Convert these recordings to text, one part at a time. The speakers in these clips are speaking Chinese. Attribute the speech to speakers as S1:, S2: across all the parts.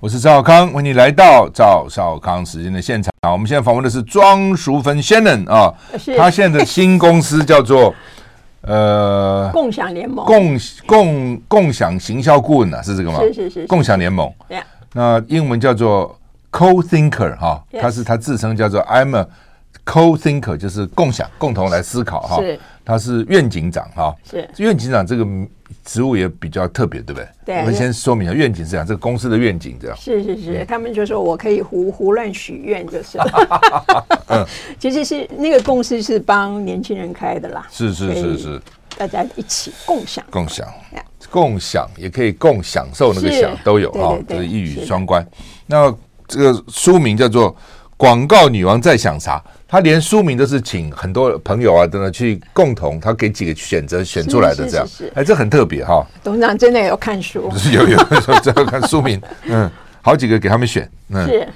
S1: 我是赵少康，欢迎你来到赵少康时间的现场。我们现在访问的是庄淑芬 Shannon 啊，
S2: 是
S1: 他现在的新公司叫做呃
S2: 共享联盟，
S1: 共共共享行销顾问啊，是这个吗？
S2: 是是是是
S1: 共享联盟，
S2: 对啊
S1: 那英文叫做 co-thinker 哈、
S2: Yes
S1: 他是他自称叫做 I'm a co-thinker，就是共享，共同来思考哈、
S2: 是
S1: 他是院警长哈、
S2: 是
S1: 院警长这个职务也比较特别，对不对？
S2: 对
S1: 我们先说明一下，院警是讲这个公司的愿景这样。
S2: 是是
S1: 嗯
S2: 是，他们就说我可以胡胡乱许 愿，就是，
S1: 嗯
S2: 其实是那个公司是帮年轻人开的啦，
S1: 是是
S2: 所
S1: 是
S2: 以
S1: 是，
S2: 大家一起共享，
S1: 共享
S2: Yeah，
S1: 共享也可以共享受那个
S2: 是
S1: 享都有
S2: 对
S1: 哈
S2: 对，对
S1: 这是一
S2: 是
S1: 语
S2: 的
S1: 双关。那这个书名叫做《广告女王在想啥》，她连书名都是请很多朋友啊等等去共同，她给几个选择选出来的
S2: 是
S1: 这样
S2: 是是，
S1: 哎，这很特别哈。
S2: 董事长真的有看书
S1: 就，是有有有这要看书名，嗯，好几个给他们选，嗯，
S2: 是，对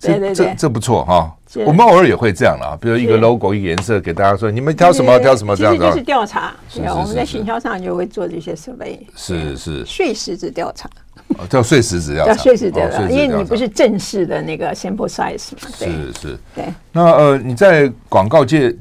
S1: 这
S2: 对
S1: 这
S2: 对，
S1: 这不错哈
S2: 是。
S1: 我们偶尔也会这样了啊，比如一个
S2: 是
S1: logo 一个颜色给大家说，你们挑什么
S2: 对
S1: 挑什么这样
S2: 其实就是
S1: 子。
S2: 调查，
S1: 是
S2: 对啊，
S1: 是
S2: 我们在
S1: 是是
S2: 行销上就会做这些 survey，
S1: 是是，
S2: 碎石子调查，
S1: 哦叫碎石子要
S2: 要碎石
S1: 哦
S2: 子调查，
S1: 碎石
S2: 因为
S1: 子
S2: 你
S1: 要
S2: 不
S1: 查
S2: 是正式的那个 sample size 嘛，对
S1: 是是。
S2: 对。
S1: 那呃，你在广告界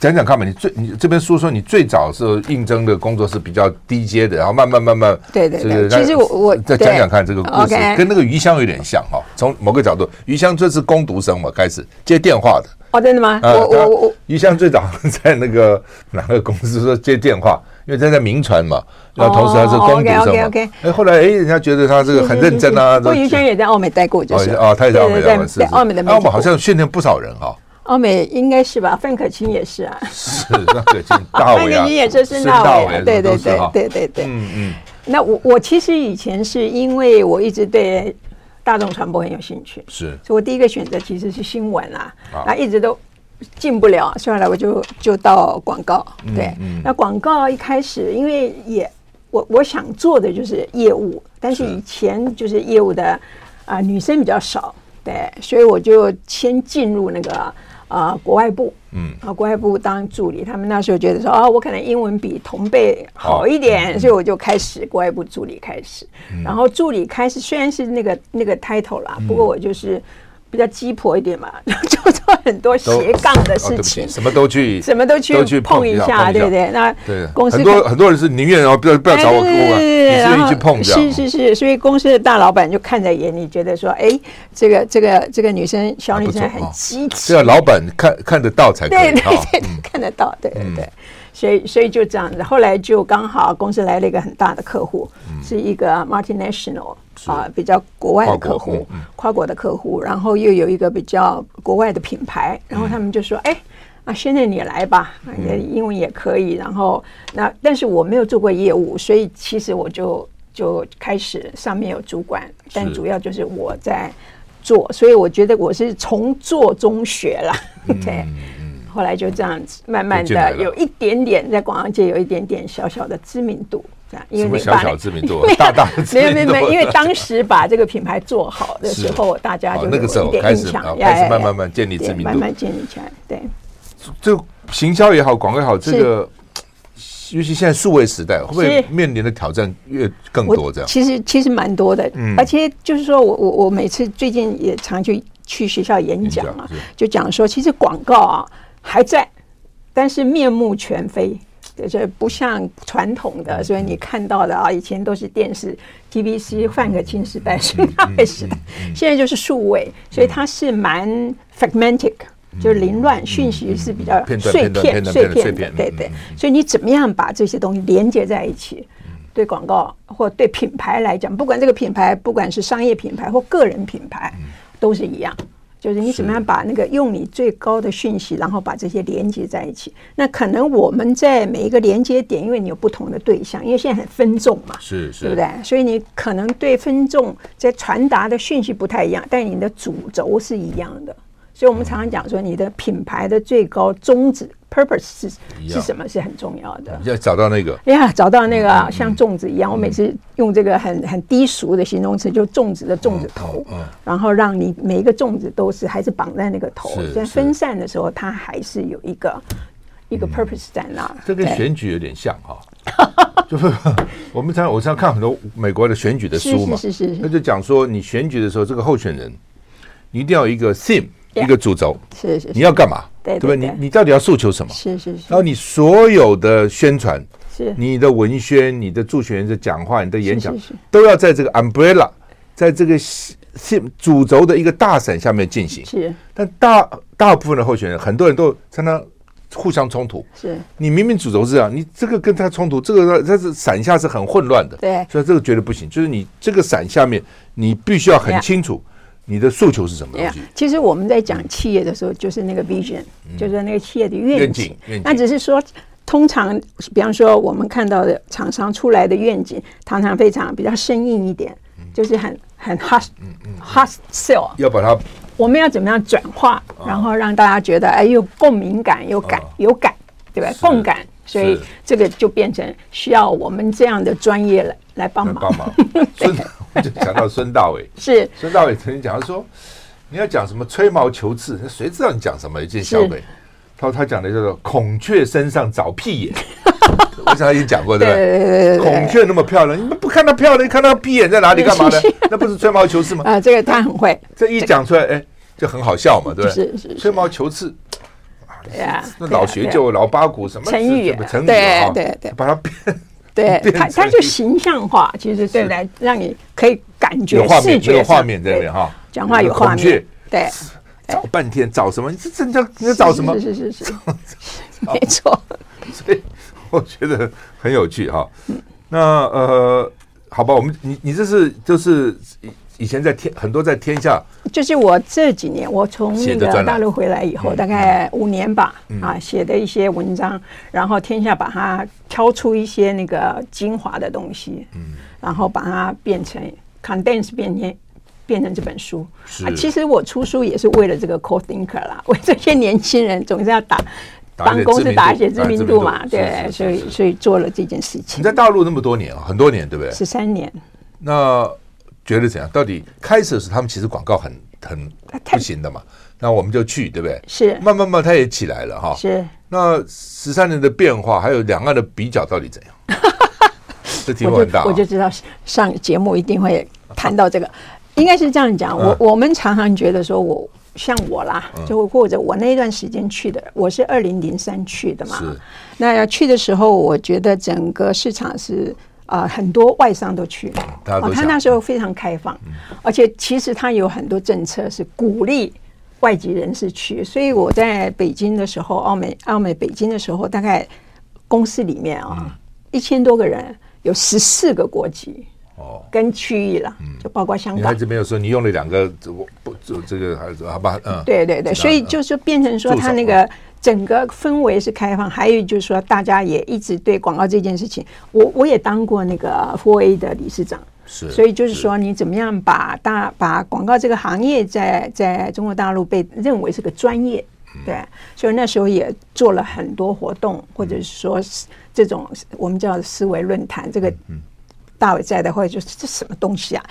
S1: 讲讲看吧。你最你这边说说你最早时候应征的工作是比较低阶的，然后慢慢慢慢，
S2: 对对
S1: 这
S2: 对
S1: 个
S2: 其实我我
S1: 再
S2: 对
S1: 讲讲看这个故事
S2: OK
S1: 跟那个余香有点像哈、从某个角度，余香这是攻读生嘛，开始接电话的。
S2: 哦，真的吗？
S1: 啊
S2: 我我我，
S1: 余香最早 在那个哪个公司说接电话，因为他在名传嘛，然后同时他是攻读生嘛。
S2: 哦 OK，OK，OK
S1: 哎，后来哎，人家觉得他这个很认真啊。
S2: 郭云轩也在澳美待过，就
S1: 哦
S2: 是
S1: 哦，他也在澳美
S2: 对对
S1: 的
S2: 对
S1: 是
S2: 在
S1: 是
S2: 澳美的
S1: 澳
S2: 美
S1: 啊门好像训练不少人哈、
S2: 欧美应该是吧？范可清也是啊，
S1: 是那个金大
S2: 范可
S1: 伟啊，
S2: 清也是孙
S1: 孙
S2: 大伟
S1: 伟
S2: 啊，
S1: 啊，
S2: 对
S1: 都
S2: 对
S1: 是哈
S2: 对，对对对。
S1: 嗯嗯，
S2: 那我我其实以前是因为我一直对大众传播很有兴趣，
S1: 是
S2: 所以我第一个选择其实是新闻啊
S1: 啊，
S2: 那一直都进不了，所以后来我就就到广告。
S1: 嗯
S2: 对，那广告一开始因为也我我想做的就是业务，但是
S1: 是
S2: 以前就是业务的啊、女生比较少，对，所以我就先进入那个啊、国外部。
S1: 嗯
S2: 啊，国外部当助理，他们那时候觉得说，哦，我可能英文比同辈好一点，所以我就开始国外部助理开始，
S1: 嗯
S2: 然后助理开始虽然是那个那个 title 啦，不过我就是比较鸡婆一点嘛， 然后就做很多
S1: 都
S2: 斜杠的
S1: 哦对
S2: 事
S1: 不
S2: 情
S1: 起，什么都去，
S2: 呃 什么都去碰一下，
S1: 碰
S2: 对不？对？那
S1: 对，
S2: 公司
S1: 很
S2: 可
S1: 多很多人是宁愿哦，不要不要找我，我
S2: 对对
S1: 我
S2: 对对
S1: 你是
S2: 然
S1: 愿
S2: 后
S1: 意去碰这样，
S2: 是是是，所以公司的大老板就看在眼里，觉得说，哎，这个这个这个女生小女生
S1: 还不
S2: 很啊
S1: 错哦
S2: 积极，
S1: 这要老板看看得到才可
S2: 对
S1: 以嗯
S2: 对
S1: 哈。
S2: 对，对看得到，对对对，所以所以就这样子。后来就刚好公司来了一个很大的客户，
S1: 嗯
S2: 是一个 multinational 啊，比较国外的客
S1: 跨国嗯
S2: 户，跨国的客户，然后又有一个比较国外的品牌，然
S1: 嗯
S2: 后他们就说，哎。啊，现在你来吧，啊也英文也可以。然后那，但是我没有做过业务，所以其实我就就开始上面有主管，但
S1: 是
S2: 主要就是我在做，所以我觉得我是从做中学啦。
S1: 嗯
S2: 对，后来就这样子，慢慢
S1: 就进来
S2: 的
S1: 了
S2: 有一点点在广告界有一点点小小的知名度，这样，因
S1: 什
S2: 为
S1: 么
S2: 你
S1: 小
S2: 把
S1: 小
S2: 那
S1: 知名度，啊大大的知
S2: 没
S1: 名
S2: 有没有
S1: 度，啊
S2: 没有，因为当时把这个品牌做好的时候，大家
S1: 哦
S2: 就
S1: 那个时
S2: 有
S1: 候
S2: 一点
S1: 开
S2: 印
S1: 始
S2: 象
S1: 啊，
S2: 呀
S1: 开
S2: 呀
S1: 始慢
S2: 呀
S1: 慢慢建立
S2: 对
S1: 知名
S2: 慢
S1: 度，
S2: 慢建立起来，对，
S1: 这个行销也好，广告也好，这个。尤其现在数位时代，会不会
S2: 是
S1: 面临的挑战越更
S2: 我
S1: 多？这样嗯
S2: 其实其实蛮多的，而且就是说我我我每次最近也常去去学校演讲
S1: 演
S2: 啊
S1: 讲是，
S2: 就讲说其实广告啊还在，但是面目全非。就是不像传统
S1: 嗯
S2: 的，所以你看到的啊，以前都是电视、TVC、换
S1: 嗯
S2: 个新时代、新大卫时代，现在就是数位，所以它是蛮 fragmentic，就是
S1: 嗯
S2: 凌乱，讯息是比较
S1: 片段
S2: 碎
S1: 嗯片段片段
S2: 碎
S1: 片段
S2: 片
S1: 碎
S2: 的
S1: 片，
S2: 对
S1: 嗯
S2: 对。所以你怎么样把这些东西连接在一起？对广告或对
S1: 嗯
S2: 品牌来讲，不管这个品牌，不管是商业品牌或个人品牌，都是一样。就是你怎么样把那个用你最高的讯息，然后把这些连接在一起。那可能我们在每一个连接点，因为你有不同的对象，因为现在很分众嘛，
S1: 是是，
S2: 对不对？所以你可能对分众在传达的讯息不太一样，但你的主轴是一样的。所以我们常常讲说，你的品牌的最高宗旨 （purpose） 是
S1: 一样
S2: 是什么是很重要的。
S1: 要找到那个
S2: 哎呀，找到那
S1: 嗯
S2: 个像粽子一样，我每次用这个很很低俗的形容词，就粽子的粽
S1: 嗯
S2: 子头，然后让你每一个粽子都是还是绑在那个头
S1: 是，
S2: 在
S1: 是嗯
S2: 分散的时候，它还是有一个一个 purpose 在那儿。
S1: 这跟
S2: 对
S1: 选举有点像 哈、就是 我们常我常看很多美国的选举的书嘛，
S2: 是是是是
S1: 那就讲说你选举的时候，这个候选人你一定要有一个 theme，
S2: Yeah
S1: 一个主轴，
S2: 是是
S1: 你
S2: 是
S1: 要干嘛？
S2: 对
S1: 不对？
S2: 对对
S1: 你你到底要诉求什么？
S2: 是是
S1: 然后
S2: 是
S1: 你所有的宣传，
S2: 是
S1: 你的文宣、你的助选人的讲话、你的演讲
S2: 是是是，
S1: 都要在这个 umbrella，在这个 theme 主轴的一个大伞下面进行。
S2: 是
S1: 但大大部分的候选人，很多人都常常互相冲突。
S2: 是，
S1: 你明明主轴是这样，你这个跟他冲突，这个它是伞下是很混乱的，
S2: 对
S1: 所以这个绝对不行。就是你这个伞下面，你必须要很
S2: Yeah
S1: 清楚你的诉求是什么
S2: 对
S1: 东
S2: 呀
S1: 西。，
S2: 其实我们在讲企业的时候，就是那个 vision，、就是那个企业的愿
S1: 嗯愿
S2: 景
S1: 景。愿景
S2: 那只是说，通常比方说我们看到的厂商出来的愿景，常常非常比较生硬一点，
S1: 嗯
S2: 就是很很 hard、hard sell。
S1: 要把它
S2: 我们要怎么样转化，然后让大家觉得哎，又共鸣感，有感
S1: 啊
S2: 有感，对吧？
S1: 是
S2: 共感。所以
S1: 是
S2: 这个就变成需要我们这样的专业来来帮
S1: 来帮
S2: 忙。
S1: 忙。孙，我就想到孙大伟，
S2: 是
S1: 孙大伟曾经讲，他说你要讲什么吹毛求疵，谁知道你讲什么？一件小鬼，他他讲的叫做孔雀身上找屁 眼，我想他已经讲过对不对？
S2: 对对对对对
S1: 孔雀那么漂亮，你们不看它漂亮，你看它屁眼在哪 里干嘛呢
S2: 是是？
S1: 那不是吹毛求疵吗？
S2: 啊、这个他很会。
S1: 这一讲出来，哎，就很好笑嘛，对不对？
S2: 是是是
S1: 吹毛求疵，
S2: 对啊，
S1: 那
S2: 对啊
S1: 老学。
S2: 对啊
S1: 究、老八股什么
S2: 成语
S1: 什么成语
S2: 对
S1: 啊
S2: 对对
S1: 把它变
S2: 对
S1: 变
S2: 它，
S1: 成
S2: 它就形象化，其实对不对？让你可以感觉
S1: 有画
S2: 视
S1: 面，
S2: 觉
S1: 有画
S2: 上
S1: 面在里面
S2: 对
S1: 哈。
S2: 讲话有
S1: 孔
S2: 画面
S1: 雀，
S2: 对，
S1: 找半天找什么？你这这你要你要找什么
S2: 是？是是 是是，没错，
S1: 所以我觉得很有趣哈。那呃，好吧，我们你你这是就是以以前在天很多在天下
S2: 就是我这几年，我从
S1: 写
S2: 那
S1: 的
S2: 个
S1: 专栏嗯
S2: 大陆回来以后，大概五年吧，啊，写的一些文章，然后天下把它挑出一些那个精华的东西，嗯，然后把它变成 condense 变成。变成这本书
S1: 是
S2: 啊，其实我出书也是为了这个 core thinker 啦， 为这些年轻人总是要打
S1: 打一
S2: 帮
S1: 点
S2: 公司
S1: 知名
S2: 打
S1: 度
S2: 一些知
S1: 打
S2: 名
S1: 知
S2: 度
S1: 名
S2: 嘛，
S1: 度
S2: 对，
S1: 是是
S2: 所
S1: 是
S2: 以
S1: 是
S2: 所以做了这件事情
S1: 你。在大陆那么多年啊，很多年对不对？
S2: 十三年，
S1: 那觉得怎样？到底开始的时候他们其实广告很很
S2: 太
S1: 不行的嘛，那我们就去对不对？
S2: 是
S1: 慢慢慢，它也起来了哈。
S2: 是
S1: 那十三年的变化，还有两岸的比较到底 怎样？这题目
S2: 我
S1: 很大
S2: 就
S1: 啊、
S2: 我就知道上节目一定会谈到这个，应该是这样讲。我
S1: 嗯
S2: 我们常常觉得说我。像我啦，就或者我那一段时间去的，我是二零零三去的嘛
S1: 是。
S2: 那去的时候，我觉得整个市场是啊、呃很多外商都去了。
S1: 大家都
S2: 哦，他
S1: 想嗯
S2: 那时候非常开放，而且其实他有很多政策是鼓励外籍人士去。所以我在北京的时候，澳美澳美北京的时候，大概公司里面
S1: 嗯
S2: 啊，一千多个人，有十四个国籍
S1: 哦。
S2: 跟区域了，就包括香
S1: 你
S2: 港
S1: 还。这边有说你用了两个，我不这这个还是好吧？嗯，
S2: 对对对，
S1: 知道
S2: 所以
S1: 嗯
S2: 就是变成说，
S1: 助手嗯
S2: 他那个整个氛围是开放，还有就是说，大家也一直对广告这件事情，我我也当过那个 Four A 的理事长，
S1: 是
S2: 所以就是说，你怎么样把大把广告这个行业在在中国大陆被认为是个专业，
S1: 嗯
S2: 对，所以那时候也做了很多活动，或者是说是这种我们叫思维论坛，这个大伟在的话，就是这什么东西啊？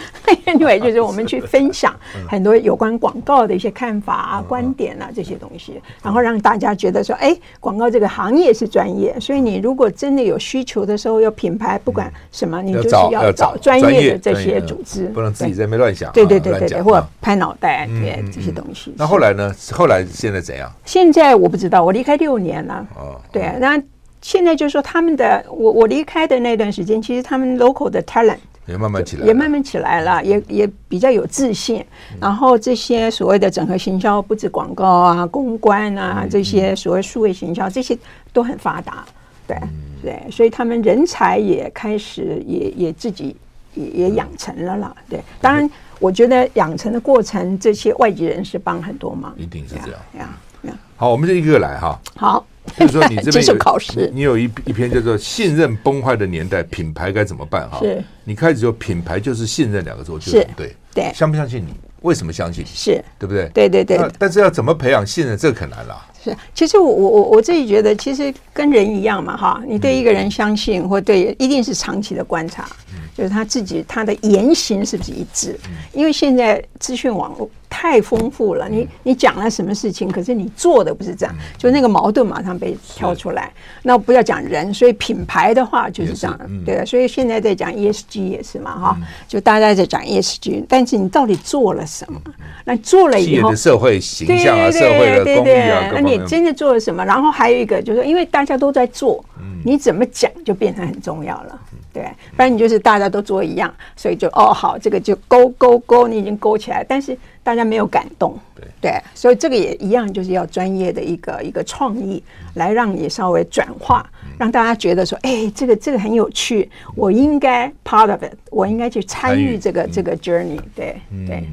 S2: 因为就是我们去分享很多有关广告的一些看法啊、观点啊这些东西，
S1: 嗯
S2: 然后让大家觉得说，哎，广告这个行业是专业，所以你如果真的有需求的时候，有品牌不管什么，你就是要找专业的这些组织，
S1: 不能自己在那边乱想，
S2: 对
S1: 啊
S2: 对对
S1: 乱
S2: 对对，
S1: 讲嗯
S2: 或者
S1: 啊
S2: 拍脑袋对这些东西。
S1: 那后来呢？后来现在怎样？
S2: 现在我不知道，我离开六年了。
S1: 哦
S2: 对，那现在就是说他们的，我我离开的那段时间，其实他们 local 的 talent
S1: 也慢慢起来了，嗯
S2: 也慢慢起来了，也也比较有自信。然后这些所谓的整合行销，不止广告啊、公关
S1: 嗯
S2: 啊，这些所谓数位行销，这些都很发达。对
S1: 嗯
S2: 对，所以他们
S1: 嗯
S2: 人才也开始也也自己也也养成了啦。对，当然我觉得养成的过程，这些外籍人士帮很多忙。
S1: 一定是这样。
S2: 呀呀，
S1: 好，我们就一个个来哈。
S2: 好，
S1: 就是说你这边
S2: 接受
S1: 有
S2: 考试
S1: 你你有一一篇叫做《信任崩坏的年代，品牌该怎么办》哈。
S2: 是，
S1: 你开始就品牌就是信任两个字，我觉
S2: 是
S1: 得很对。
S2: 对
S1: 相不相信你？为什么相信你？
S2: 是
S1: 对不对？
S2: 对对对
S1: 那但是要怎么培养信任，这个很难啦。
S2: 是。其实我我我我自己觉得，其实跟人一样嘛，哈，你
S1: 嗯
S2: 对一个人相信，或对一定是长期的观察，
S1: 嗯
S2: 就是他自己他的言行是不是一致？因为现在资讯网络太丰富了，
S1: 嗯
S2: 你你讲了什么事情，可是你做的不是这样，就那个矛盾马上被挑出来。那不要讲人，所以品牌的话就是这样
S1: 嗯也是，嗯
S2: 对的。所以现在在讲 ESG 也是嘛，哈，就大家在讲 ESG，但是你到底做了什么？那做了
S1: 嗯企
S2: 以
S1: 业
S2: 后
S1: 的。社会形
S2: 对
S1: 象啊，
S2: 对
S1: 社会的
S2: 对
S1: 公益
S2: 对
S1: 啊，各
S2: 那
S1: 方
S2: 你
S1: 面。
S2: 真的做了什么？然后还有一个就是，因为大家都在做，
S1: 嗯
S2: 你怎么讲就变成很重要了。对，不然你就是大家都做一样，所以就哦好，这个就勾勾勾，你已经勾起来，但是大家没有感动。对，所以这个也一样，就是要专业的一个一个创意，来让你稍微转化，
S1: 嗯
S2: 让大家觉得说，哎，这个这个很有趣，我应该 part of it，我应该去参
S1: 参
S2: 与
S1: 与嗯
S2: 这个这个 journey。对对。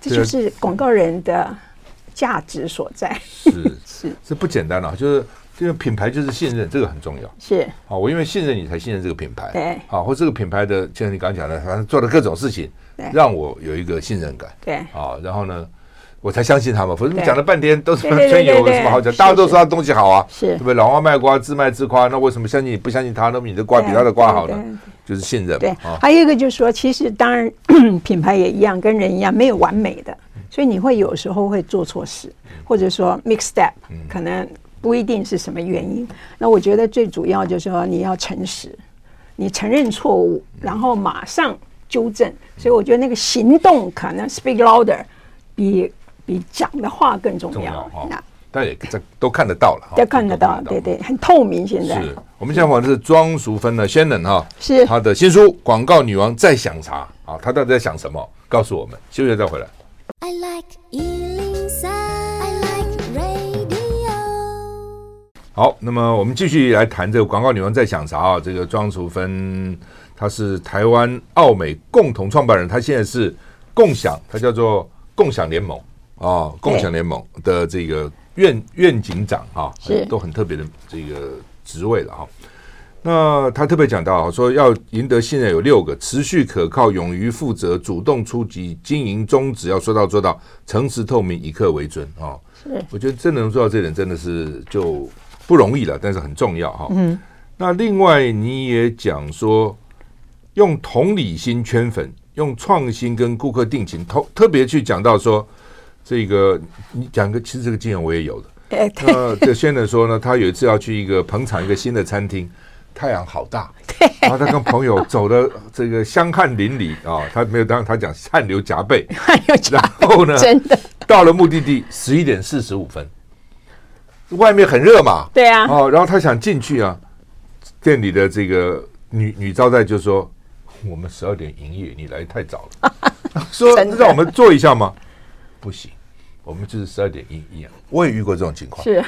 S2: 这
S1: 这
S2: 就
S1: 个
S2: 是广告人的价值所在。
S1: 是
S2: 是
S1: 这不简单了、啊就是这个品牌就是信任，这个很重要。
S2: 是，
S1: 好，啊我因为信任你才信任这个品牌，
S2: 对
S1: 好，或这个品牌的，就像你刚刚讲的，反正做的各种事情
S2: 对，
S1: 让我有一个信任感，
S2: 对
S1: 啊，然后呢，我才相信他们，否则
S2: 对
S1: 讲了半天都是
S2: 对对对
S1: 吹牛，有
S2: 对对
S1: 什么好讲？
S2: 是
S1: 大家都说他东西好啊，
S2: 是
S1: 对不对？老花卖瓜，自卖自夸，那为什么相信你不相信他？那么你的瓜比
S2: 对
S1: 他的瓜好
S2: 对对
S1: 呢？就是信任
S2: 对
S1: 嘛，。啊，
S2: 还有一个就是说，其实当然 品牌也一样，跟人一样，没有完美的，
S1: 嗯
S2: 所以你会有时候会做错事，或者说 mix step，可
S1: 嗯
S2: 能不一定是什么原因。那我觉得最主要就是说你要诚实，你承认错误，然后马上纠正。所以我觉得那个行动可能 speak louder 比比讲的话更重
S1: 重要
S2: 要。
S1: 哈
S2: 那，
S1: 但也这都看得到了，哈啊
S2: 都看得到，
S1: 都
S2: 对对，很透明。现在
S1: 是我们现在访的是庄淑芬呢，Shannon 哈，
S2: 是
S1: 她的新书《广告女王在想啥》啊，她到底在想什么？告诉我们，休息了再回来。
S3: I like Ealing Sound. I like radio.
S1: 好，那么我们继续来谈这个广告女王在想啥啊？这个庄淑芬，她是台湾澳美共同创办人，她现在是共享，她叫做共享联盟啊，共享联盟的这个院院警长啊，
S2: 是
S1: 都很特别的这个职位了哈、那他特别讲到说，要赢得信任有六个：持续可靠、勇于负责、主动出击、经营宗旨要说到做到、诚实透明、以客为尊啊、哦。我觉得真能做到这点，真的是就不容易了，但是很重要哈、嗯。那另外你也讲说，用同理心圈粉，用创新跟顾客定情，特特别去讲到说，这个你讲个，其实这个经验我也有的。
S2: 哎，
S1: 那这先生说呢，他有一次要去一个捧场一个新的餐厅，太阳好大，然后他跟朋友走的这个香汗淋漓啊，他没有当他讲汗流浃背，
S2: 还有讲
S1: 然后呢，
S2: 真的
S1: 到了目的地十一点四十五分，外面很热嘛，
S2: 对啊
S1: 哦，然后他想进去啊，店里的这个女女招待就说，我们十二点营业，你来太早 了，说
S2: 真的
S1: 让我们坐一下吗？不行，我们就是十二点营业，我也遇过这种情况，
S2: 是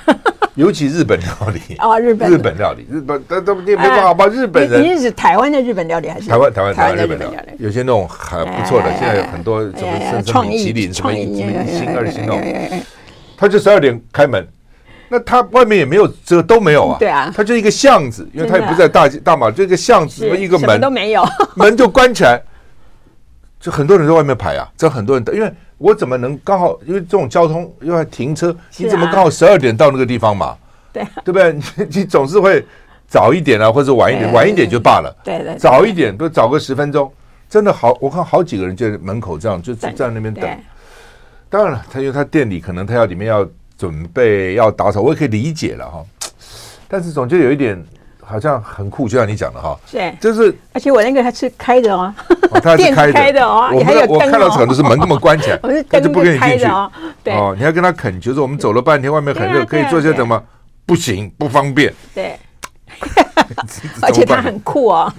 S1: 尤其日本料理
S2: 哦日本哎
S1: 日本料理，日本但但你也没办法把日本
S2: 你
S1: 人
S2: 你。是指台湾的日本料理还是
S1: 台湾台湾
S2: 台
S1: 台湾
S2: 湾的
S1: 日
S2: 日
S1: 本
S2: 本
S1: 料
S2: 料理
S1: 理，？有些那种还不错的，
S2: 哎
S1: 现在有很多什
S2: 哎呀
S1: 么什么
S2: 创
S1: 米
S2: 意
S1: 其林什么
S2: 创
S1: 一
S2: 意
S1: 什么一星
S2: 哎哎
S1: 二星那
S2: 哎哎哎
S1: 种
S2: 哎，
S1: 他就十二点开门，那他外面也没有遮，都没有啊，
S2: 对啊
S1: 他就一个巷子，因为他
S2: 真
S1: 也
S2: 的
S1: 不在大街大马路，就一个巷子，
S2: 是
S1: 一个
S2: 什么
S1: 门
S2: 都没有，
S1: 门就关起来，就很多人在外面排啊，这很多人等，因为我怎么能刚好因为这种交通又要停车，
S2: 是啊
S1: 你怎么刚好十二点到那个地方嘛？
S2: 对啊
S1: 对不 对？你你总是会早一点啊，或者晚一点，
S2: 对
S1: 晚一点就罢了。
S2: 对对对
S1: 早一点，不是早个十分钟，真的好，我看好几个人就在门口这样，就就
S2: 等
S1: 在那边等。
S2: 对
S1: 当然了，他因为他店里可能他要里面要准备要打扫，我也可以理解了哈。但是总就有一点好像很酷，就像你讲的哈，
S2: 是
S1: 就是
S2: 而且我那个还是开着哦，
S1: 哦它是
S2: 店
S1: 开
S2: 是开的哦，
S1: 我
S2: 也还
S1: 们
S2: 有
S1: 我
S2: 灯
S1: 看到很
S2: 哦
S1: 多，是门根本关起来
S2: 我们是，
S1: 他就
S2: 灯
S1: 不给你
S2: 开
S1: 进去
S2: 的。哦，对
S1: 哦，你还跟他恳求说我们走了半天，外面很
S2: 对
S1: 热，
S2: 啊
S1: 可
S2: 对
S1: 以
S2: 啊
S1: 做些
S2: 对啊
S1: 什么？不行，不方便。
S2: 对，
S1: 怎么
S2: 而且它
S1: 办
S2: 很酷哦，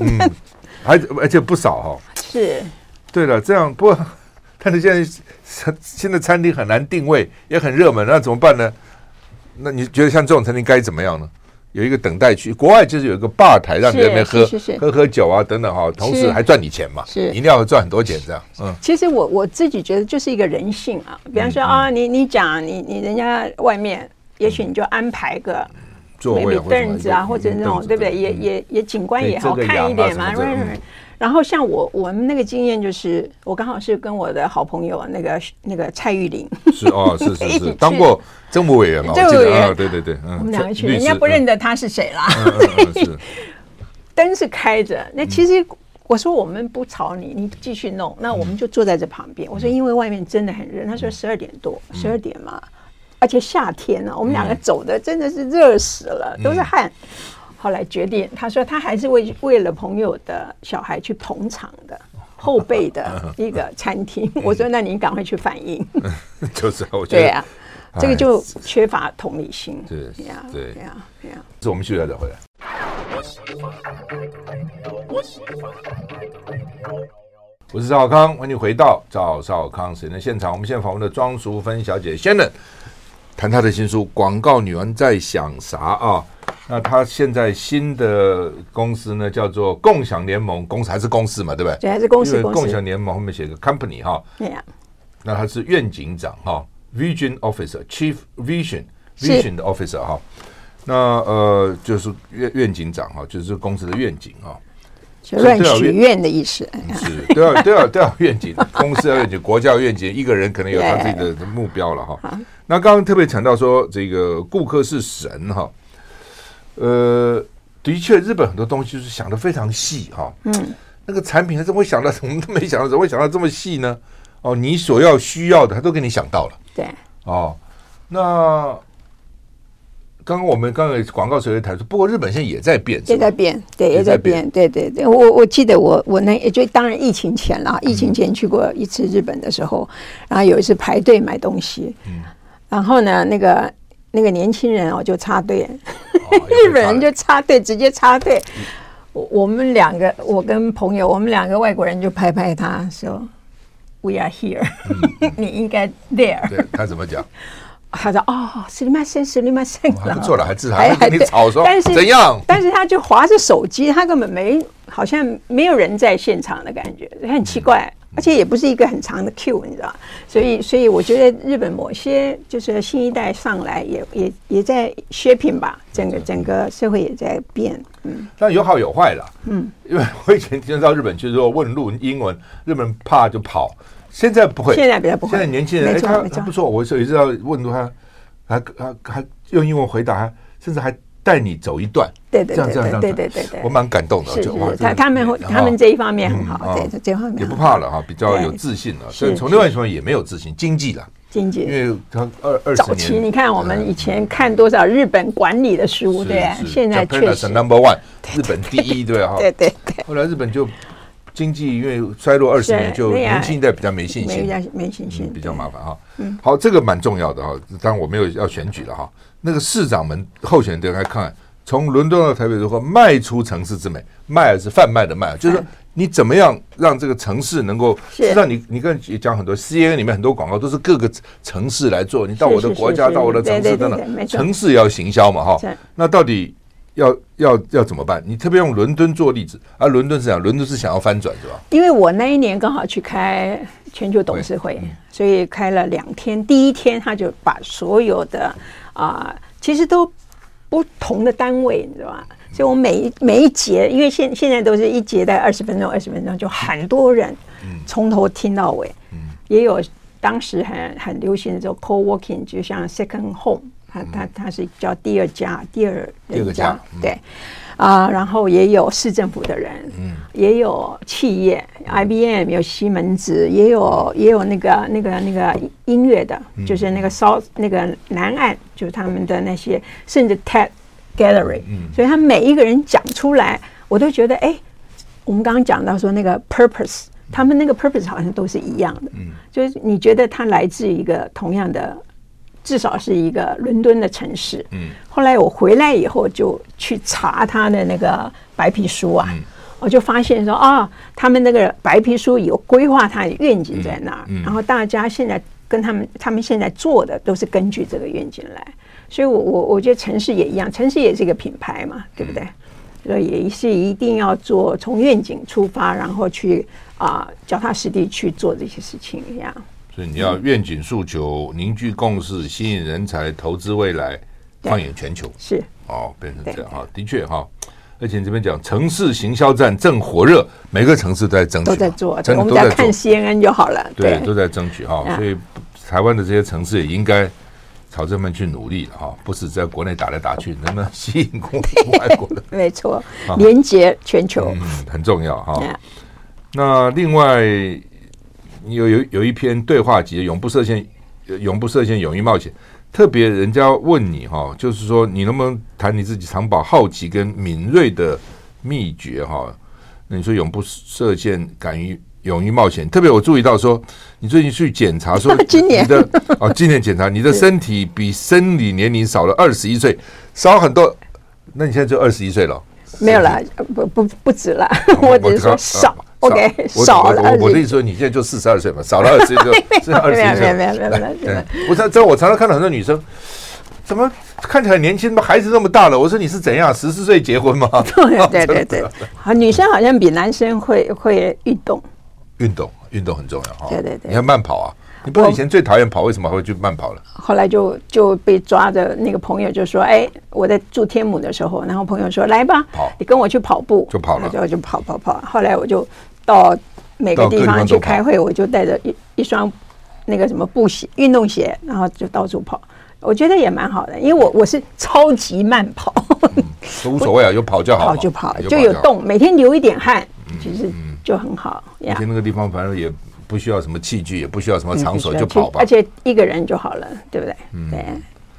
S1: 还而且不少哈、
S2: 是
S1: 对了，这样不过，但是现在现在餐厅很难定位，也很热门，那怎么办呢？那你觉得像这种餐厅该怎么样呢？有一个等待区，国外就是有一个吧台让你在那边
S2: 是
S1: 喝
S2: 是是是
S1: 喝喝酒啊等等哈，同时
S2: 是
S1: 还赚你钱嘛，
S2: 是
S1: 饮料赚很多钱这样，嗯，
S2: 其实我我自己觉得就是一个人性啊，比方
S1: 嗯
S2: 说啊，你你讲你你人家外面，也许你就安排个
S1: 座位
S2: maybe
S1: 啊或者什么
S2: 凳子啊，或者那种对不对？也
S1: 嗯
S2: 也也景观
S1: 对
S2: 也好
S1: 遮个阳
S2: 看
S1: 啊
S2: 一点嘛
S1: 什么的
S2: right,
S1: 嗯
S2: right, right 然后像我我们那个经验就是，我刚好是跟我的好朋友那个那个蔡玉玲，
S1: 是哦，是
S2: 一
S1: 是
S2: 起
S1: 是，
S2: 去
S1: 当过政务委员嘛，我
S2: 政务
S1: 记
S2: 委
S1: 得
S2: 员
S1: 啊，对对对，嗯，
S2: 我们两个去，
S1: 律
S2: 人家
S1: 师
S2: 不认，得他是谁啦。
S1: 嗯嗯嗯嗯是
S2: 灯是开着，
S1: 嗯
S2: 那其实我说我们不吵你，你继续弄，那
S1: 嗯
S2: 我们就坐在这旁边。我说因为外面真的很热，他说十二点多，十
S1: 嗯
S2: 二点嘛，而且夏天呢、我们两个走的真的是热死了，都
S1: 嗯
S2: 是汗。后来决定，他说他还是为为了朋友的小孩去捧场的。后 辈的一个餐厅，我说那你赶快去反应。
S1: 就是啊，我嗯觉
S2: 对
S1: 得
S2: 啊，这个
S1: 哎
S2: 就缺乏同理心。啊
S1: 是
S2: 呀，
S1: 对
S2: 呀，呀。
S1: 是我们休息一下再回来。我是赵少康，欢迎回到赵少康时间的现场。我们现在访问的庄淑芬小姐 Shannon，谈她的新书《广告女王在想啥》啊。那她现在新的公司呢，叫做共享联盟公司，还是公司嘛，对不对？
S2: 对还是公司
S1: 因为
S2: 公司
S1: 共享联盟后面写个 company 哈、
S2: 那样，
S1: 那他是院警长哈，Vision Officer Chief Vision
S2: 是
S1: Vision 的 Officer 哈。那呃，就是院院警长哈，就是公司的院警哈，
S2: 就乱
S1: 对啊
S2: 许
S1: 因为
S2: 愿的意思。
S1: 是都要都要都要院警，公司要院警，国家要院警，一个人可能有他自己的目标了哈。那刚刚特别强调说，这个顾客是神哈，呃，的确，日本很多东西就是想的非常细哈。嗯，那个产品他怎么会想到，我们都没想到，怎么会想到这么细呢？哦，你所要需要的，他都给你想到了。
S2: 对。
S1: 哦，那刚刚我们刚刚广告时候也谈说，不过日本现在也在变，是
S2: 也
S1: 吧
S2: 在变，对，
S1: 也
S2: 也
S1: 在
S2: 在
S1: 变
S2: 变，对对对。我我记得我我那也就当然疫情前
S1: 嗯
S2: 啦，疫情前去过一次日本的时候，然后有一次排队买东西，
S1: 嗯
S2: 然后呢，那个那个年轻人哦就插队，
S1: 哦
S2: 日本人就插队，直接插队。
S1: 嗯
S2: 我我们两个，我跟朋友，我们两个外国人就拍拍他说：“We are here，、你应该 there。
S1: 嗯对他怎么 讲？
S2: 他说：“哦，斯里曼森，斯里曼森，
S1: 哦还不错了，还至少
S2: 还
S1: 还跟你
S2: 对
S1: 吵说
S2: 但是
S1: 怎样？
S2: 但是他就划着手机，他根本没好像没有人在现场的感觉，很奇
S1: 嗯
S2: 怪，而且也不是一个很长的 Q，你知道吧？所以，所以我觉得日本某些就是新一代上来也也也在 shaping 吧，整
S1: 嗯
S2: 个整个社会也在变，嗯，
S1: 但有好有坏啦。嗯，因为我以前听到日本去说问路英文，日本人怕就跑，现在不会，
S2: 现在比较不会
S1: 现在年轻人，
S2: 没
S1: 哎，
S2: 错
S1: 他
S2: 没错
S1: 他不错，我有一次要问路他，还还还用英文回答，还甚至还带你走一段，
S2: 对对
S1: 这样
S2: 对
S1: 这样这样，
S2: 对对对对对，
S1: 我蛮感动的，
S2: 是是
S1: 就哇
S2: 是，
S1: 真的
S2: 他他们会
S1: 啊
S2: 他们这一方面很
S1: 嗯
S2: 好，
S1: 啊
S2: 对这这方面
S1: 也不
S2: 很
S1: 怕
S2: 好
S1: 了哈，比较有
S2: 对
S1: 自信了。所以
S2: 是
S1: 从另外一方面也没有自信，经济了，
S2: 经
S1: 因
S2: 济。
S1: 为他二二十
S2: 早
S1: 年
S2: 期你看，我们以
S1: 嗯
S2: 前看多少日本管理的书，
S1: 是
S2: 对啊，
S1: 是
S2: 现在
S1: Japan
S2: 确
S1: is
S2: 实，
S1: number one，日本第一，对哈。
S2: 对对对。
S1: 后来日本就经济因为衰落二十年，
S2: 是
S1: 就
S2: 对啊
S1: 年轻一代比较没信
S2: 没
S1: 心，
S2: 较没信心，
S1: 嗯比较
S2: 对嗯
S1: 麻烦哈。好，这个蛮重要的哈。当然我没有要选举了哈。那个市长们候选人都该看，从伦敦到台北如何迈出城市之美，卖是贩卖的卖，就是说你怎么样让这个城市能够，
S2: 是
S1: 实际上你你刚才讲很多 CN 里面很多广告都是各个城市来做，你到
S2: 是
S1: 我的
S2: 是
S1: 国
S2: 是
S1: 家，
S2: 是
S1: 到我的城
S2: 对
S1: 市
S2: 对
S1: 等
S2: 对对
S1: 等，
S2: 没错
S1: 城市要行销嘛哈
S2: 是。
S1: 那到底？要要要怎么办？你特别用伦敦做例子，而、伦敦是讲伦敦是想要翻转是吧？
S2: 因为我那一年刚好去开全球董事会，
S1: 嗯
S2: 所以开了两天。第一天他就把所有的啊、其实都不同的单位，你知道吧？所以我每一每一节，因为现现在都是一节在二十分钟，二十分钟就很多人
S1: 嗯
S2: 从头听到尾，也有当时很很流行的叫 co-working，就像 second home，它它它是叫第二家，第二
S1: 嗯第二个
S2: 人
S1: 家
S2: 家，对。啊，然后也有市政府的人，也有企业，IBM 有西门子，也有也有那个那个那个音乐的，就是那个烧那个南岸，就是他们的那些，甚至 TED Gallery，、所以他每一个人讲出来，我都觉得哎，我们刚刚讲到说那个 purpose，他们那个 purpose 好像都是一样的，就是你觉得它来自一个同样的至少是一个伦敦的城市。嗯，后来我回来以后就去查他的那个白皮书啊，我就发现说啊、他们那个白皮书有规划他的愿景在那儿，然后大家现在跟他们他们现在做的都是根据这个愿景来。所以我我我觉得城市也一样，城市也是一个品牌嘛，对不对？所以也是一定要做从愿景出发，然后去啊、脚踏实地去做这些事情一样。
S1: 所以你
S2: 嗯
S1: 要愿景诉求、凝聚共识、吸引人才、投资未来、
S2: 对
S1: 放眼全球，
S2: 是
S1: 哦，变成
S2: 对
S1: 这样哈，的确哈。而且你这边讲城市行销站正火热，每个城市都在争取嘛，
S2: 都在做，
S1: 真的
S2: 我们
S1: 都
S2: 只要
S1: 在
S2: 看
S1: 做，
S2: CNN 就好了。
S1: 对，都在争取哈。
S2: 啊
S1: 所以台湾的这些城市也应该朝这边去努力了哈，不是在国内打来打去，能不能吸引国外国的，
S2: 没错
S1: 好，
S2: 连接全球
S1: 嗯。，很重要哈。
S2: 啊
S1: 那另外有有有一篇对话集《永不设限》，呃永不设限，勇于冒险。特别人家问你哈，就是说你能不能谈你自己长保好奇跟敏锐的秘诀哈？那你说永不设限，敢于勇于冒险。特别我注意到说，你最近去检查说
S2: 今年
S1: 你的哦，今年检查你的身体比生理年龄少了二十一岁，少很多。那你现在就二十一岁了。
S2: 没有了，不不不止了， 我只是说少，OK，
S1: 啊我
S2: 少
S1: 我
S2: 了
S1: 我
S2: 二
S1: 我的意思，
S2: 十
S1: 说，你现在就四十二岁嘛，少了二十 岁，是二
S2: 没
S1: 十
S2: 有没有没
S1: 岁。
S2: 有没有没有没有
S1: 对，我常这我常常看到很多女生，怎么看起来很年轻，孩子那么大了？我说你是怎样，十四岁结婚吗？
S2: 对对对，好，女生好像比男生会会运动，
S1: 运动运动很重要哈。
S2: 对对对
S1: 你看慢跑啊，你不是以前最讨厌跑，为什么还会去慢跑了？
S2: 后来就就被抓着，那个朋友就说：“哎，我在住天母的时候，然后朋友说来吧
S1: 跑，
S2: 你跟我去跑步，
S1: 就跑了
S2: 然后就跑跑跑。后来我就到每个
S1: 到各
S2: 地
S1: 地
S2: 方
S1: 方
S2: 去
S1: 都跑
S2: 开会，我就带着一一双那个什么布鞋、运动鞋，然后就到处跑。我觉得也蛮好的，因为我我是超级慢跑，
S1: 都无所谓啊，有跑就好嘛，
S2: 跑就跑，
S1: 有
S2: 就有
S1: 好。
S2: 动，每天流一点汗，其实就很好
S1: 以
S2: 呀
S1: 前。那个地方反正也不需要什么器具，也不需要什么
S2: 嗯
S1: 嗯场所，
S2: 需要
S1: 就
S2: 去
S1: 跑吧
S2: 而。且一个人就好了，对不对？对，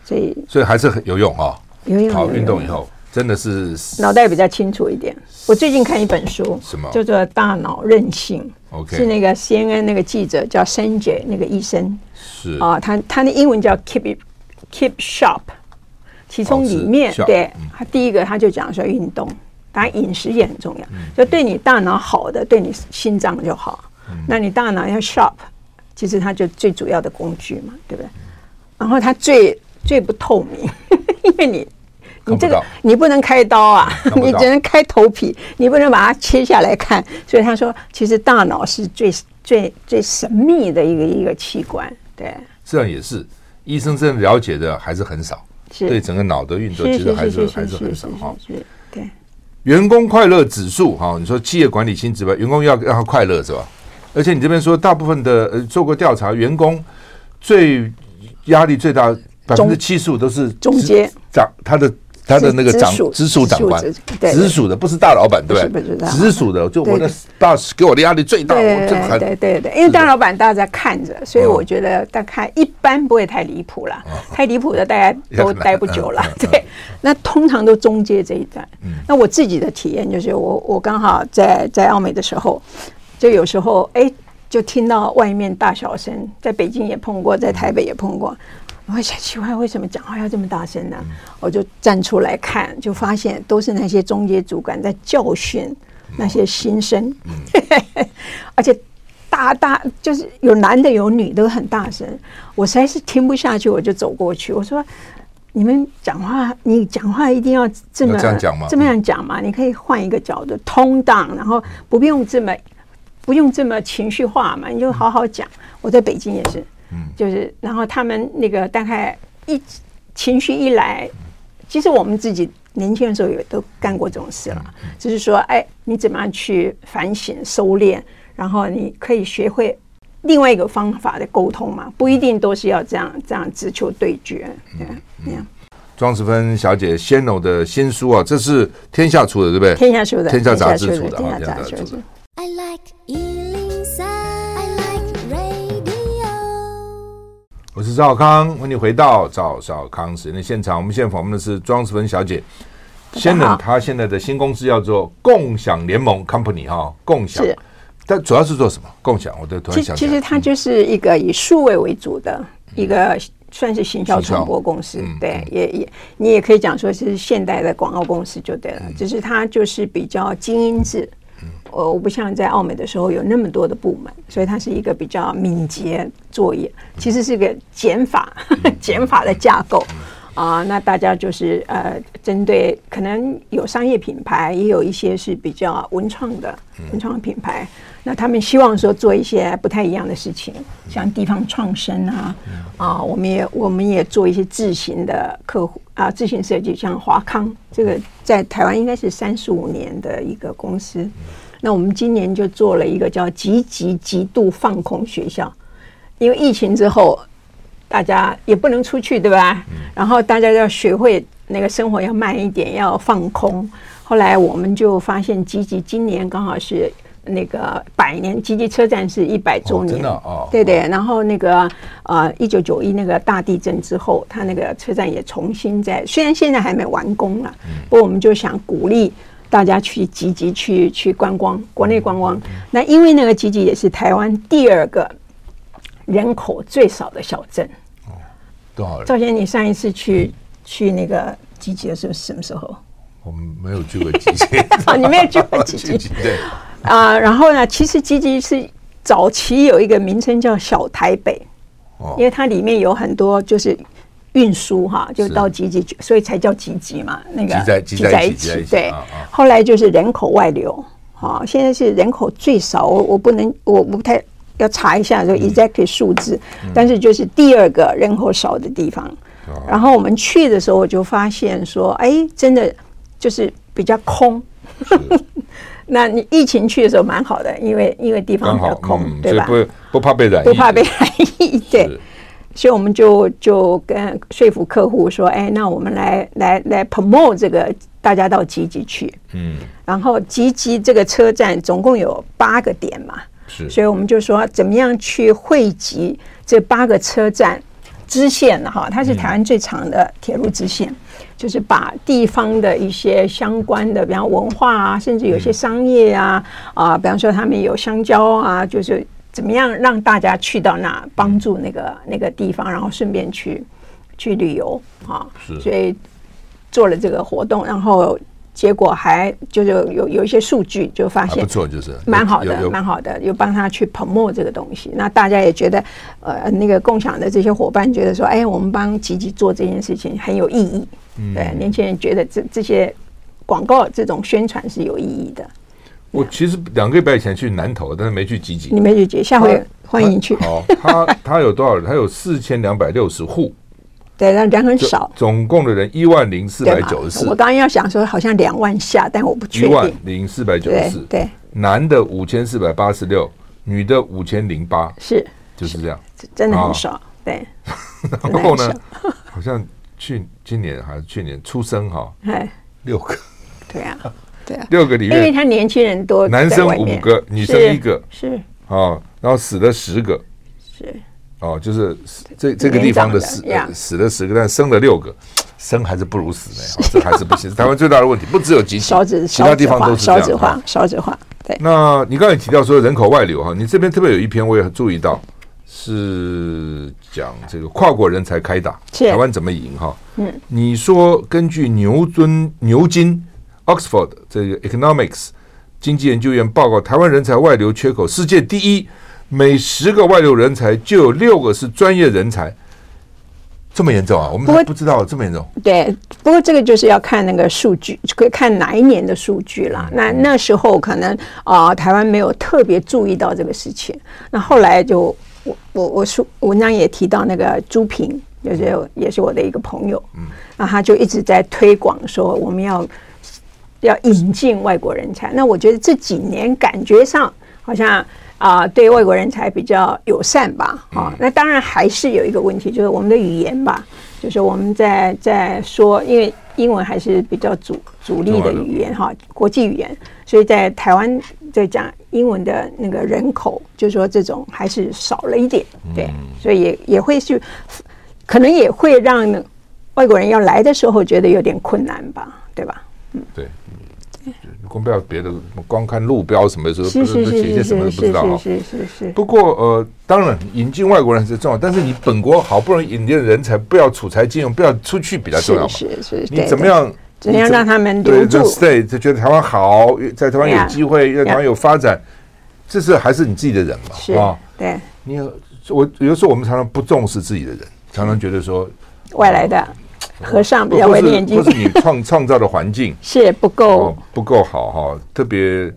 S2: 所以
S1: 所以还是很有用哈。
S2: 有用
S1: 跑
S2: 有
S1: 运
S2: 用
S1: 动以后，真的是
S2: 脑袋比较清楚一点。我最近看一本书，
S1: 什么
S2: 叫做《大脑韧性》
S1: OK
S2: 是那个 CNN 那个记者叫 Sanjay 那个医生
S1: 是
S2: 啊、他他的英文叫 Keep It- Keep Sharp，其中里面、
S1: 哦是 sharp，
S2: 对他第一个他就讲说运动，当然饮食也很重要，
S1: 嗯
S2: 就对你大脑好的，对你心脏就好。
S1: 嗯
S2: 那你大脑要 sharp，其实它就最主要的工具嘛，对不对？然后它最最不透明， 因为你
S1: 看
S2: 你
S1: 不
S2: 这个
S1: 到嗯
S2: 你不能开刀啊，
S1: 看不
S2: 你
S1: 到
S2: 只能开头皮，你不能把它切下来看。所以他说，其实大脑是最最最神秘的一个一个器官，对，
S1: 这样也是，医生真的了解的还是很少，
S2: 是
S1: 对整个脑的运作其实还是还是很少哈。，
S2: 是对。
S1: 员工快乐指数哈，你说企业管理薪资吧，员工要让他快乐是吧？而且你这边说大部分的呃做过调查，员工最压力最大百分
S2: 中
S1: 之七十五都是
S2: 中
S1: 直
S2: 阶
S1: 长他的。他的那个
S2: 直
S1: 长
S2: 属
S1: 直属
S2: 直
S1: 长
S2: 属
S1: 官
S2: 直，对
S1: 直属的不是大老板，对
S2: 不是不是大老板
S1: 直属的就我
S2: 对
S1: 的
S2: 对
S1: boss 给我的压力最大，我
S2: 对
S1: 这
S2: 对
S1: 很哦
S2: 对对对，因为大老板大家看着，所以我觉得大概一般不会太离谱啦，太离谱的大家都待不久
S1: 嗯
S2: 了。对，那通常都中介这一段。那我自己的体验就是我，我刚好在在澳美的时候，就有时候哎，就听到外面大小声，在北京也碰过，在台北也碰过。我会想奇怪，为什么讲话要这么大声呢、
S1: 嗯
S2: 我就站出来看，就发现都是那些中介主管在教训那些新生，
S1: 嗯
S2: 而且大大就是有男的有女的很大声，我实在是听不下去，我就走过去，我说。你们讲话，你讲话一定要这么
S1: 要这样讲吗
S2: 这么样讲嘛？你可以换一个角度，通荡，然后不用这么不用这么情绪化嘛，你就好好讲。我在北京也是，
S1: 嗯
S2: 就是然后他们那个大概一情绪一来，其实我们自己年轻的时候也都干过这种事了，
S1: 嗯
S2: 就是说，哎，你怎么样去反省、收敛，然后你可以学会另外一个方法的沟通嘛，不一定都是要这样这样直球对决，
S1: 嗯
S2: 对，那样
S1: 庄淑芬小姐仙柔的新书啊，这是天下出的，对不对？
S2: 天下书的
S1: 天下杂志
S2: 天
S1: 出的，
S2: 天
S1: 啊
S2: 下杂志出的。
S3: I like Ealing Sound. I like radio.
S1: 我是赵康，欢迎回到赵少康时间的现场。我们现在访问的是庄淑芬小姐，仙柔她现在的新公司叫做共享联盟 Company 哈、共享
S2: 是。
S1: 但主要是做什么？共享，我都突然
S2: 其
S1: 想起
S2: 其
S1: 来嗯
S2: 实它就是一个以数位为主的一个算是行销
S1: 行销嗯
S2: 传播公司，对，也也你也可以讲说是现代的广告公司就对了，
S1: 嗯
S2: 只是它就是比较精英制。呃我我不像在澳美的时候有那么多的部门，所以它是一个比 较敏捷作业，其实是一个减法减法的架构。啊、那大家就是呃，针对可能有商业品牌，也有一些是比较文创的文创品牌，那他们希望说做一些不太一样的事情，像地方创生啊，啊、我们也我们也做一些自行的客户啊、自行设计，像华康这个在台湾应该是三十五年的一个公司，那我们今年就做了一个叫“极极极度放空学校”，因为疫情之后，大家也不能出去，对吧？然后大家要学会那个生活要慢一点，要放空。后来我们就发现，积极今年刚好是那个百年积极车站是一百周
S1: 哦
S2: 年，
S1: 真的哦
S2: 对对。然后那个呃，一九九一那个大地震之后，它那个车站也重新在，虽然现在还没完工了，
S1: 嗯
S2: 不过我们就想鼓励。大家去积极去去观光，国内观
S1: 嗯
S2: 光。那因为那个积极也是台湾第二个人口最少的小镇。
S1: 多少人？
S2: 赵先，你上一次去、去那个集集的时候是什么时候？
S1: 我们没有去过集集，
S2: 哦，你没有去过 集集
S1: 集对，
S2: 啊？然后呢，其实集集是早期有一个名称叫小台北，
S1: 哦
S2: 因为它里面有很多就是运输哈，就是到集集去，所以才叫集集嘛。那个
S1: 集在集在一起集在一起
S2: 对
S1: 啊啊。
S2: 后来就是人口外流，好，现在是人口最少，我我不能，我我不太要查一
S1: 嗯
S2: 下就 exact 数字，但是就是第二个人口少的地方。
S1: 哦
S2: 然后我们去的时候，我就发现说，哎，真的就是比较空。 那你疫情去的时候蛮好的，因为因为地方
S1: 刚
S2: 比较
S1: 好，
S2: 空，
S1: 嗯，所
S2: 对
S1: 以
S2: 吧？
S1: 不不怕被染疫，
S2: 不怕被染疫， 对
S1: 是。
S2: 所以我们就就跟说服客户说，哎，那我们来来来 promote 这个，大家到集集去。
S1: 嗯，
S2: 然后集集这个车站总共有八个点嘛，
S1: 是
S2: 所以我们就说怎么样去汇集这八个车站支线哈，它
S1: 嗯
S2: 是台湾最长的铁路支线，就是把地方的一些相关的，比方文化啊，甚至有些商业啊，
S1: 嗯
S2: 啊，比方说他们有香蕉啊，就是怎么样让大家去到那，帮助那
S1: 嗯
S2: 个那个地方，然后顺便去去旅游啊，
S1: 是
S2: 所以做了这个活动，然后结果还就是有有一些数据就发
S1: 还
S2: 现
S1: 啊不。错，就是
S2: 蛮好
S1: 有
S2: 的，
S1: 有
S2: 蛮好的，有帮他去 promote 这个东西。那大家也觉得，呃，那个共享的这些伙伴觉得说，哎，我们帮吉吉做这件事情很有意义。
S1: 嗯
S2: 对，年轻人觉得这这些广告这种宣传是有意义的。
S1: 嗯我其实两个礼拜以前去南投，但是没去集集
S2: 你。们就觉得下回欢迎去，
S1: 好，他他有多少人？他有四千两百六十户，
S2: 对，那人很
S1: 就
S2: 少，
S1: 总共的人一万零四
S2: 对
S1: 百
S2: 吗
S1: 九十？
S2: 我
S1: 四，
S2: 刚刚要想说，好像两万下，但我不
S1: 一
S2: 确
S1: 万
S2: 定。
S1: 零四百九十
S2: 对
S1: 四，
S2: 对，
S1: 男的五千四百八十六，女的五千零八，
S2: 是
S1: 就是这样。
S2: 真的
S1: 哦
S2: 很少，对。
S1: 然后呢，好像去今年还是去年出生哈，
S2: 哎，
S1: 六个
S2: 对啊，对啊，
S1: 六个里
S2: 因为
S1: 面
S2: 他年轻人多，
S1: 男
S2: 在
S1: 生
S2: 外
S1: 五
S2: 面
S1: 个，女生
S2: 是
S1: 一个
S2: 是
S1: 啊，然后死了十个
S2: 是。
S1: 哦，就是这这个地方的
S2: 年长
S1: 死
S2: 的呀
S1: 呃死了十个，但生了六个，生还是不如死呢，哦这还是不行。台湾最大的问题不只有集体
S2: 少子
S1: 其他
S2: 少
S1: 地
S2: 子
S1: 方
S2: 化，
S1: 都是这
S2: 少子
S1: 样。
S2: 化
S1: 哈，
S2: 少子化，对，
S1: 那你刚才提到说人口外流哈，你这边特别有一篇我也注意到，是讲这个跨国人才开打，
S2: 是
S1: 台湾怎么赢哈？嗯，你说根据牛顿牛津 Oxford 这个 Economics 经济研究院报告，台湾人才外流缺口世界第一，每十个外流人才就有六个是专业人才，这么严重啊？我们
S2: 不过
S1: 还不知道这么严重，
S2: 对，不过这个就是要看那个数据，可以看哪一年的数据啦。
S1: 嗯
S2: 那那时候可能啊、呃台湾没有特别注意到这个事情。那后来就我我我书文章也提到那个朱平，就是也是我的一个朋友，
S1: 嗯
S2: 那他就一直在推广说我们要要引进外国人才。那我觉得这几年感觉上好像啊、对外国人才比较友善吧。啊、那当然还是有一个问题，就是我们的语言吧，就是我们在在说，因为英文还是比较主主力的语言哈，国际语言，所以在台湾在讲英文的那个人口，就说这种还是少了一点，对，所以也也会去，可能也会让外国人要来的时候觉得有点困难吧，对吧？
S1: 对。光不要别的，光看路标什么的时候，不
S2: 是是
S1: 是
S2: 是
S1: 写些
S2: 是
S1: 什么
S2: 是
S1: 都不知道啊哈
S2: 是。是是是，
S1: 不过呃，当然引进外国人是重要，但是你本国好不容易引进的人才，不要处财进用，不要出去比较重要嘛。
S2: 是是是，
S1: 你
S2: 对
S1: 怎么
S2: 对
S1: 样？
S2: 怎么样
S1: 你
S2: 让他们
S1: 对
S2: 留住
S1: 就 stay，就觉得台湾好，在台湾有
S2: Yeah
S1: 机会，在台湾
S2: Yeah
S1: 有发展，这是还是你自己的人
S2: 是
S1: 嘛啊？
S2: 对
S1: 你有我有时候我们常常不重视自己的人，常常觉得说
S2: 外来的和尚比
S1: 不
S2: 较
S1: 哦不
S2: 会
S1: 是
S2: 念经
S1: 不，是你 创创造的环境
S2: 是不够
S1: 哦不够好哈、特别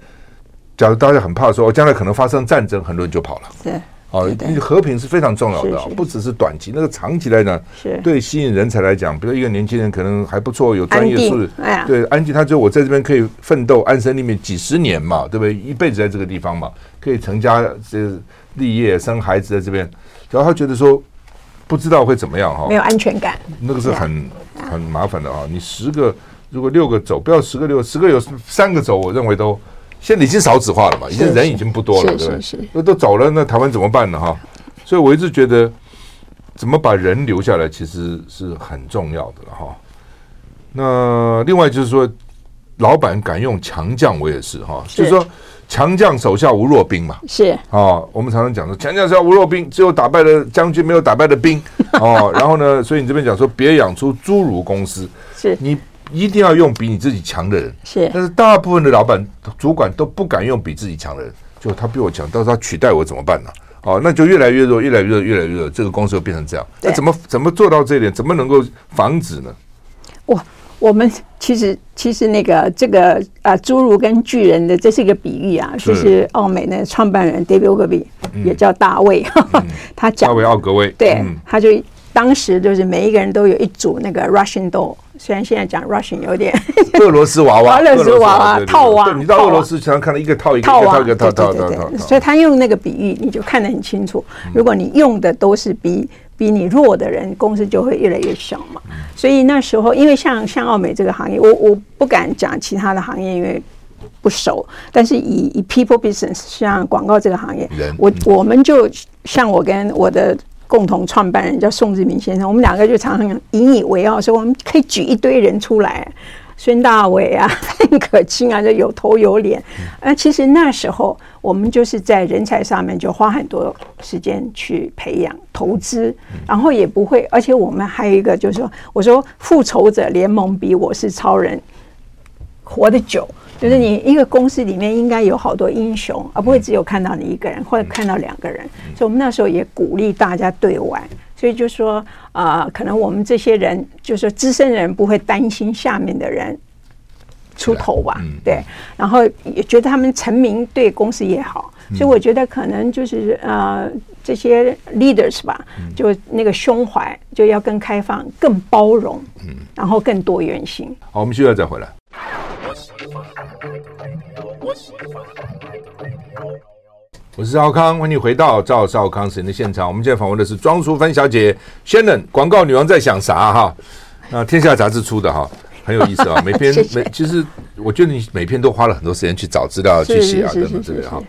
S1: 假如大家很怕说，哦将来可能发生战争，很多人就跑了。
S2: 是
S1: 哦
S2: 对对，
S1: 和平是非常重要的、哦
S2: 是是
S1: 不只是短期，那个长期来讲，
S2: 是
S1: 对吸引人才来讲，比如一个年轻人可能还不错，有专业
S2: 安定
S1: 素质，
S2: 哎呀
S1: 对，安静，他就我在这边可以奋斗，安身立命几十年嘛，对不对？一辈子在这个地方嘛，可以成家这立业，生孩子在这边，然后他觉得说不知道会怎么样哈、
S2: 没有安全感，
S1: 那个是很很麻烦的啊。你十个如果六个走，不要十个六，十个有三个走，我认为都现在已经少子化了嘛，已经人已经不多了，对
S2: 是
S1: 不
S2: 是
S1: 对
S2: 是？
S1: 那都走了，那台湾怎么办呢？哈，所以我一直觉得怎么把人留下来，其实是很重要的了哈。那另外就是说，老板敢用强将，我也是哈，
S2: 是
S1: 就是说强将手下无弱兵嘛。
S2: 是
S1: 哦，我们常常讲说，强将是要无弱兵，只有打败了将军，没有打败的兵。哦，然后呢，所以你这边讲说，别养出侏儒公司，
S2: 是
S1: 你一定要用比你自己强的人。
S2: 是
S1: 但是大部分的老板、主管都不敢用比自己强的人，就他比我强，到时候他取代我怎么办呢、哦，那就越来越弱，越来越弱，越来越弱，这个公司就变成这样。那
S2: 对
S1: 怎么怎么做到这一点？怎么能够防止呢？
S2: 哇，我们其实其实那个这个啊，侏儒跟巨人的这是一个比喻啊，
S1: 是
S2: 就是奥美那个创办人 David Ogilvy
S1: 嗯
S2: 也叫大卫，
S1: 大
S2: 他讲
S1: 卫奥格威，嗯
S2: 对，他就当时就是每一个人都有一组那个 Russian doll，虽然现在讲 Russian 有点
S1: 俄罗斯娃娃，
S2: 俄罗斯娃娃
S1: 对对对
S2: 套娃
S1: 对你到俄
S2: 套
S1: 罗
S2: 娃
S1: 斯常常看到一个套一个，
S2: 套
S1: 一
S2: 啊
S1: 个
S2: 娃，
S1: 套一个套套套套，套嗯
S2: 所以他用那个比喻，你就看得很清楚。如果你用的都是比比你弱的人，公司就会越来越小嘛。
S1: 嗯
S2: 所以那时候，因为像像奥美这个行业，我我不敢讲其他的行业，因为。不熟，但是以以 people business 像广告这个行业
S1: 人，
S2: 我我们就像我跟我的共同创办人叫宋志明先生，我们两个就常常引以为傲，说我们可以举一堆人出来，孙大伟啊、 范可清啊，就有头有脸。那其实那时候我们就是在人才上面就花很多时间去培养、投资，然后也不会，而且我们还有一个就是说，我说复仇者联盟比我是超人活得久。就是你一个公司里面应该有好多英雄，而不会只有看到你一个人或者看到两个人。所以我们那时候也鼓励大家对外，所以就说啊、呃可能我们这些人就是说资深人不会担心下面的人出头吧，对，然后也觉得他们成名对公司也好，所以我觉得可能就是呃这些 leaders 吧，就那个胸怀就要更开放、更包容，然后更多元性。
S1: 好，我们休息了再回来。我是赵康，欢迎你回到赵少康时间的现场。我们现在访问的是庄淑芬小姐，Shannon 广告女王在想啥哈？那天下杂志出的哈，很有意 思啊。每篇
S2: 谢谢
S1: 每其实我觉得你每篇都花了很多时间去找资料、去写啊
S2: 是
S1: 等
S2: 是
S1: 等
S2: 是
S1: 之
S2: 是
S1: 类
S2: 是
S1: 的哈。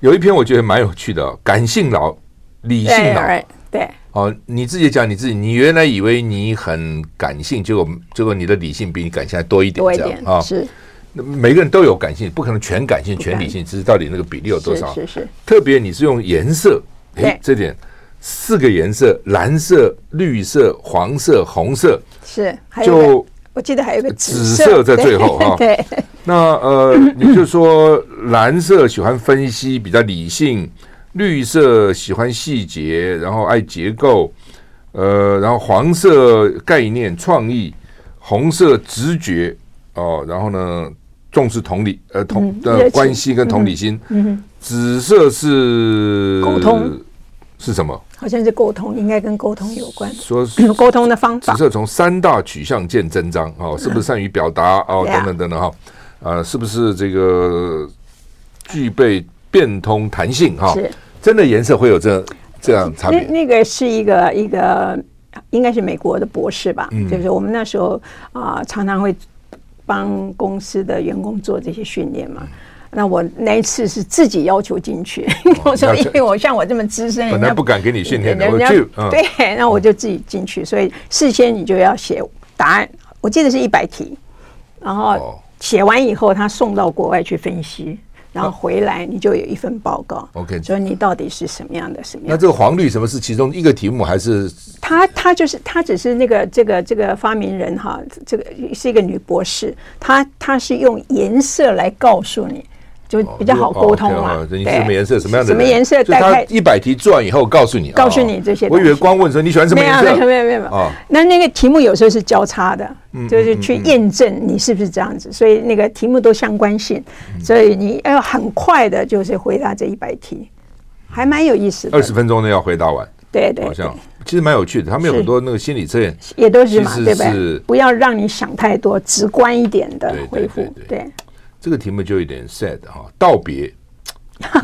S1: 有一篇我觉得蛮有趣的哦，感性脑、理性
S2: 对
S1: 脑，
S2: 对对。
S1: 哦，你自己讲你自己，你原来以为你很感性，结果结果你的理性比你感性还多一点，
S2: 多一
S1: 这样
S2: 点
S1: 啊。
S2: 是
S1: 那每个人都有感性，不可能全感性、全
S2: 敢
S1: 理性，只是到底那个比例有多
S2: 是
S1: 少。
S2: 是是，
S1: 特别你是用颜色，诶
S2: 对
S1: 这点四个颜色：蓝色、绿色、黄色、红色。
S2: 是，还有一
S1: 就
S2: 个我记得还有一个
S1: 紫色
S2: 色
S1: 在最
S2: 对
S1: 后啊哈
S2: 对，
S1: 那 呃，你就说蓝色喜欢分析，比较理性；绿色喜欢细节，然后爱结构，呃，然后黄色概念创意，红色直觉哦，然后呢重视同理呃同
S2: 嗯
S1: 呃
S2: 热情嗯
S1: 关系跟同理心，紫色是
S2: 沟通
S1: 是什么？
S2: 好像是沟通，应该跟沟通有 关，
S1: 说
S2: 沟通的方
S1: 紫
S2: 法
S1: 色从三大取向见真章
S2: 嗯
S1: 哦，是不是善于表达哦，
S2: 对啊
S1: 等等等等哈，呃，是不是这个具备变通弹性哈
S2: 是？
S1: 真的颜色会有这这样差
S2: 那
S1: 别？
S2: 那个是一个一个，应该是美国的博士吧，
S1: 嗯
S2: 就是我们那时候啊、常常会帮公司的员工做这些训练
S1: 嗯
S2: 嘛。那我那一次是自己要求进去，我说
S1: 那这
S2: 因为我像我这么资深，
S1: 哦本
S2: 人
S1: 来
S2: 家
S1: 不敢给你训练的，
S2: 人
S1: 我
S2: 家
S1: 去嗯，
S2: 对，那我就自己进去，所以事先你就要写答案，我记得是一百题，然
S1: 哦
S2: 后写完以后，他送到国外去分析，然后回来你就有一份报告。
S1: 哦 OK
S2: 说你到底是什么样的什么
S1: 那
S2: 样的？
S1: 这个黄绿什么是其中一个题目，还是
S2: 他他就是他只是那个这个这个发明人哈，这个是一个女博士，她她是用颜色来告诉你。就
S1: 哦
S2: 比较好沟通
S1: 啊。
S2: 嘛。
S1: 你
S2: 对
S1: 什么颜色？什么样的人？
S2: 什么颜色？
S1: 就
S2: 大
S1: 他
S2: 概
S1: 一百题做完以后，告诉你，
S2: 告诉你这些
S1: 哦我以为
S2: 东西
S1: 光问说你喜欢什么
S2: 没有
S1: 颜
S2: 没有
S1: 色，
S2: 没有没有没有
S1: 啊。
S2: 那那个题目有时候是交叉的，
S1: 嗯
S2: 就是去验证你是不是这样子，所以那个题目都相关性，
S1: 嗯
S2: 所以你要很快的，就是回答这一百题，还蛮有意思的
S1: 二。十分钟内要回答完，
S2: 对对
S1: 好
S2: 对
S1: 像，其实蛮有趣的。他们有
S2: 是
S1: 很多那个心理测验，
S2: 也都是嘛，
S1: 其实
S2: 对不对
S1: 是？
S2: 不要让你想太多，直观一点的
S1: 对对
S2: 回复
S1: 对。对
S2: 对，
S1: 这个题目就有点 sad 哈、道 别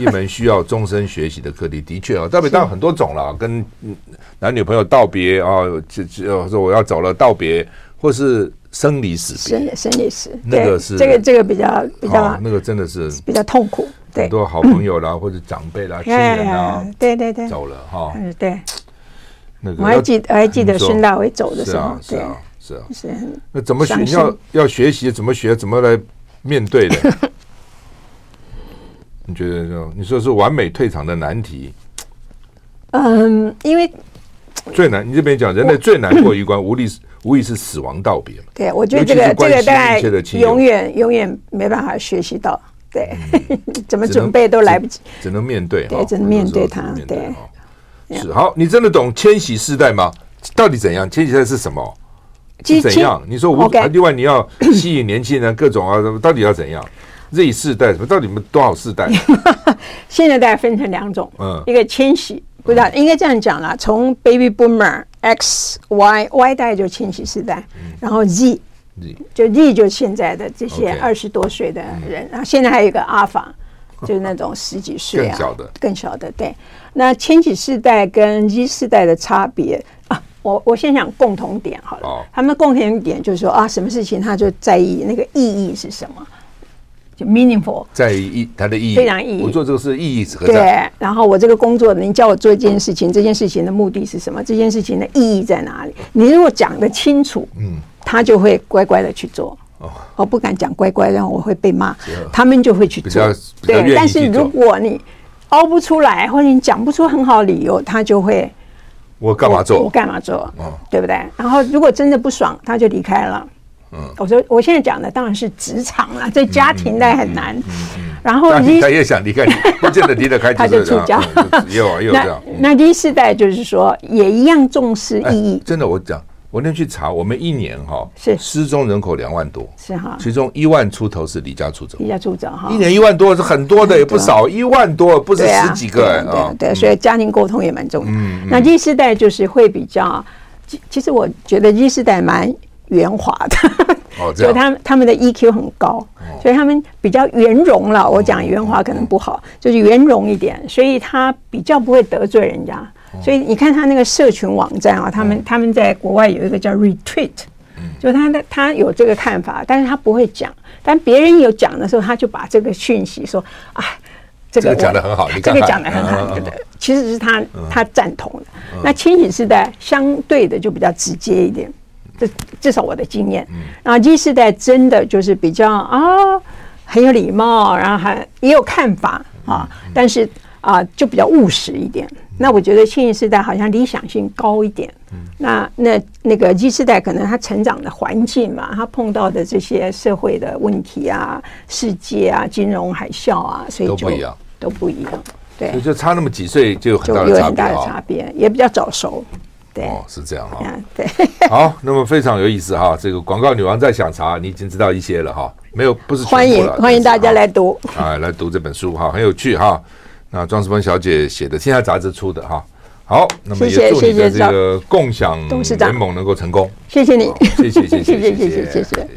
S1: 一门需要终身学习的课题，的确啊，道别当然很多种了，跟嗯男女朋友道别啊，这这说我要走了道别，或是生离死别，
S2: 生生理时，
S1: 那个
S2: 对，
S1: 是
S2: 这个这个比较比
S1: 啊
S2: 较，
S1: 那个真的是
S2: 比较痛苦。
S1: 很
S2: 对，哎
S1: 多好朋 友啦，或者长辈啦、亲人啊
S2: 对对对，
S1: 走了哈、
S2: 嗯对，
S1: 那个
S2: 我还
S1: 要
S2: 记得还记得
S1: 你说
S2: 孙大伟走的
S1: 是啊
S2: 时候
S1: 啊，是啊是
S2: 对，
S1: 啊，
S2: 是很
S1: 那怎么学？
S2: 伤
S1: 你
S2: 心
S1: 要要学习怎么学，怎么来面对 的？你觉得就你说是完美退场的难题，
S2: 嗯，因为
S1: 最难，你这边讲人类最难过一关，无力无疑是死亡道别嘛。
S2: 对我觉得
S1: 尤其
S2: 这
S1: 是
S2: 个这
S1: 关
S2: 个
S1: 系
S2: 大
S1: 密切的
S2: 概
S1: 亲友
S2: 永远永远没办法学习到，对， 怎么
S1: 嗯只能
S2: 准备都来不及。
S1: 只能面对哈，
S2: 对只能面对它
S1: 有的时候只能面对
S2: 对
S1: 哈。是好，你真的懂千禧世代吗？到底怎样？千禧世代是什么？是怎
S2: 其
S1: 样？你说无啊
S2: OK
S1: 另外你要吸引年轻人， 各种啊，到底要怎样？Z 世代什么？到底你们多少世 代？
S2: 现在大概分成两种，
S1: 嗯
S2: 一个千禧，不知道应该这样讲啦，从 baby boomer X Y Y 代就千禧世代，
S1: 嗯
S2: 然后 Z 就 Z 就是现在的这些
S1: OK 嗯
S2: 二十多岁的人，然后现在还有一个阿 法，就是那种十几岁啊，
S1: 更小的
S2: 更小的对。那千禧世代跟 Z 世代的差别啊，我我先讲共同点好了，
S1: 好
S2: 他们的共同点就是说啊，什么事情他就在意那个意义是什么，就 meaningful。
S1: 在意它的意义，
S2: 非常意义
S1: 我做这个是意义何在？
S2: 对，然后我这个工作，你叫我做一件事情，这件事情的目的是什么？这件事情的意义在哪里？你如果讲得清楚，嗯，他就会乖乖的去做。
S1: 哦啊
S2: 我不敢讲乖乖，让我会被骂。他们就会去
S1: 比较
S2: 做，
S1: 比较愿意
S2: 但
S1: 去
S2: 是
S1: 做
S2: 如果你凹不出来，或者你讲不出很好理由，他就会
S1: 我干嘛
S2: 我
S1: 做
S2: 我？干嘛做
S1: 哦？
S2: 对不对？然后如果真的不爽，他就离开了。嗯，我说我现在讲的当然是职场啦，在家
S1: 嗯
S2: 庭那很难。然后
S1: 那
S2: 你
S1: 你他也想离开你，不见得离得开，
S2: 他就出家
S1: 嗯也有啊，也有这样
S2: 那。那第四代就是说，也一样重视
S1: 哎
S2: 意义，
S1: 真的，我讲，我那天去查，我们一年哈
S2: 是
S1: 失踪人口两万多，
S2: 是哈，
S1: 其中一万出头是离家出走，
S2: 离家出走哈
S1: 一。年一万多是很多的，也不少，一万多不是
S2: 对啊
S1: 十几个嗯哎
S2: 对啊
S1: 啊。
S2: 对啊，所以家庭沟通也蛮重要。那第四代就是会比较，其其实我觉得第四代蛮圆滑的，
S1: 哦这
S2: 就
S1: 样哦
S2: 他们他们的 EQ 很高，所以他们比较圆融了。我讲圆滑可能不
S1: 哦
S2: 好，就是圆融一点，所以他比较不会得罪人家。
S1: 哦
S2: 所以你看他那个社群网站啊，他
S1: 嗯
S2: 们他们在国外有一个叫 Retreat。就他的他有这个看法，但是他不会讲。但别人有讲的时候，他就把这个讯息说：“哎，这
S1: 这
S2: 个
S1: 个讲
S2: 我
S1: 得很好你
S2: 这
S1: 看
S2: 个
S1: 看
S2: 讲得很
S1: 嗯嗯嗯
S2: 好。对”对其实是他他赞同的。那清醒世代相对的就比较直接一点，这至少我的经验。
S1: 嗯
S2: 然后 Z 世代真的就是比较啊很有礼貌，然后还也有看法
S1: 嗯
S2: 啊，但是啊就比较务实一点。那我觉得清醒世代好像理想性高一点。
S1: 嗯
S2: 那那那个 Z 世代可能他成长的环境嘛，他碰到的这些社会的问题啊、世界啊、金融海啸啊，所以
S1: 都
S2: 就
S1: 不一样，
S2: 都不一样。对
S1: 就，就差那么几岁就有很
S2: 就
S1: 大
S2: 有
S1: 的差
S2: 很
S1: 别
S2: 大的
S1: 啊
S2: 差。别，也比较早熟。对，
S1: 哦，是这样哈。
S2: 啊，对，
S1: 好，那么非常有意思哈。这个广告女王在想查，你已经知道一些了哈。没有，不是全部了
S2: 欢迎欢迎大家来读。
S1: 啊来读这本书哈，很有趣哈。那庄世芬小姐写的，天下杂志出的哈。好，那么
S2: 谢谢
S1: 也祝你的
S2: 谢谢
S1: 这个共享
S2: 董事长
S1: 联盟能够成功。
S2: 谢谢你
S1: 哦好，谢谢谢谢
S2: 谢谢
S1: 谢
S2: 谢谢谢谢。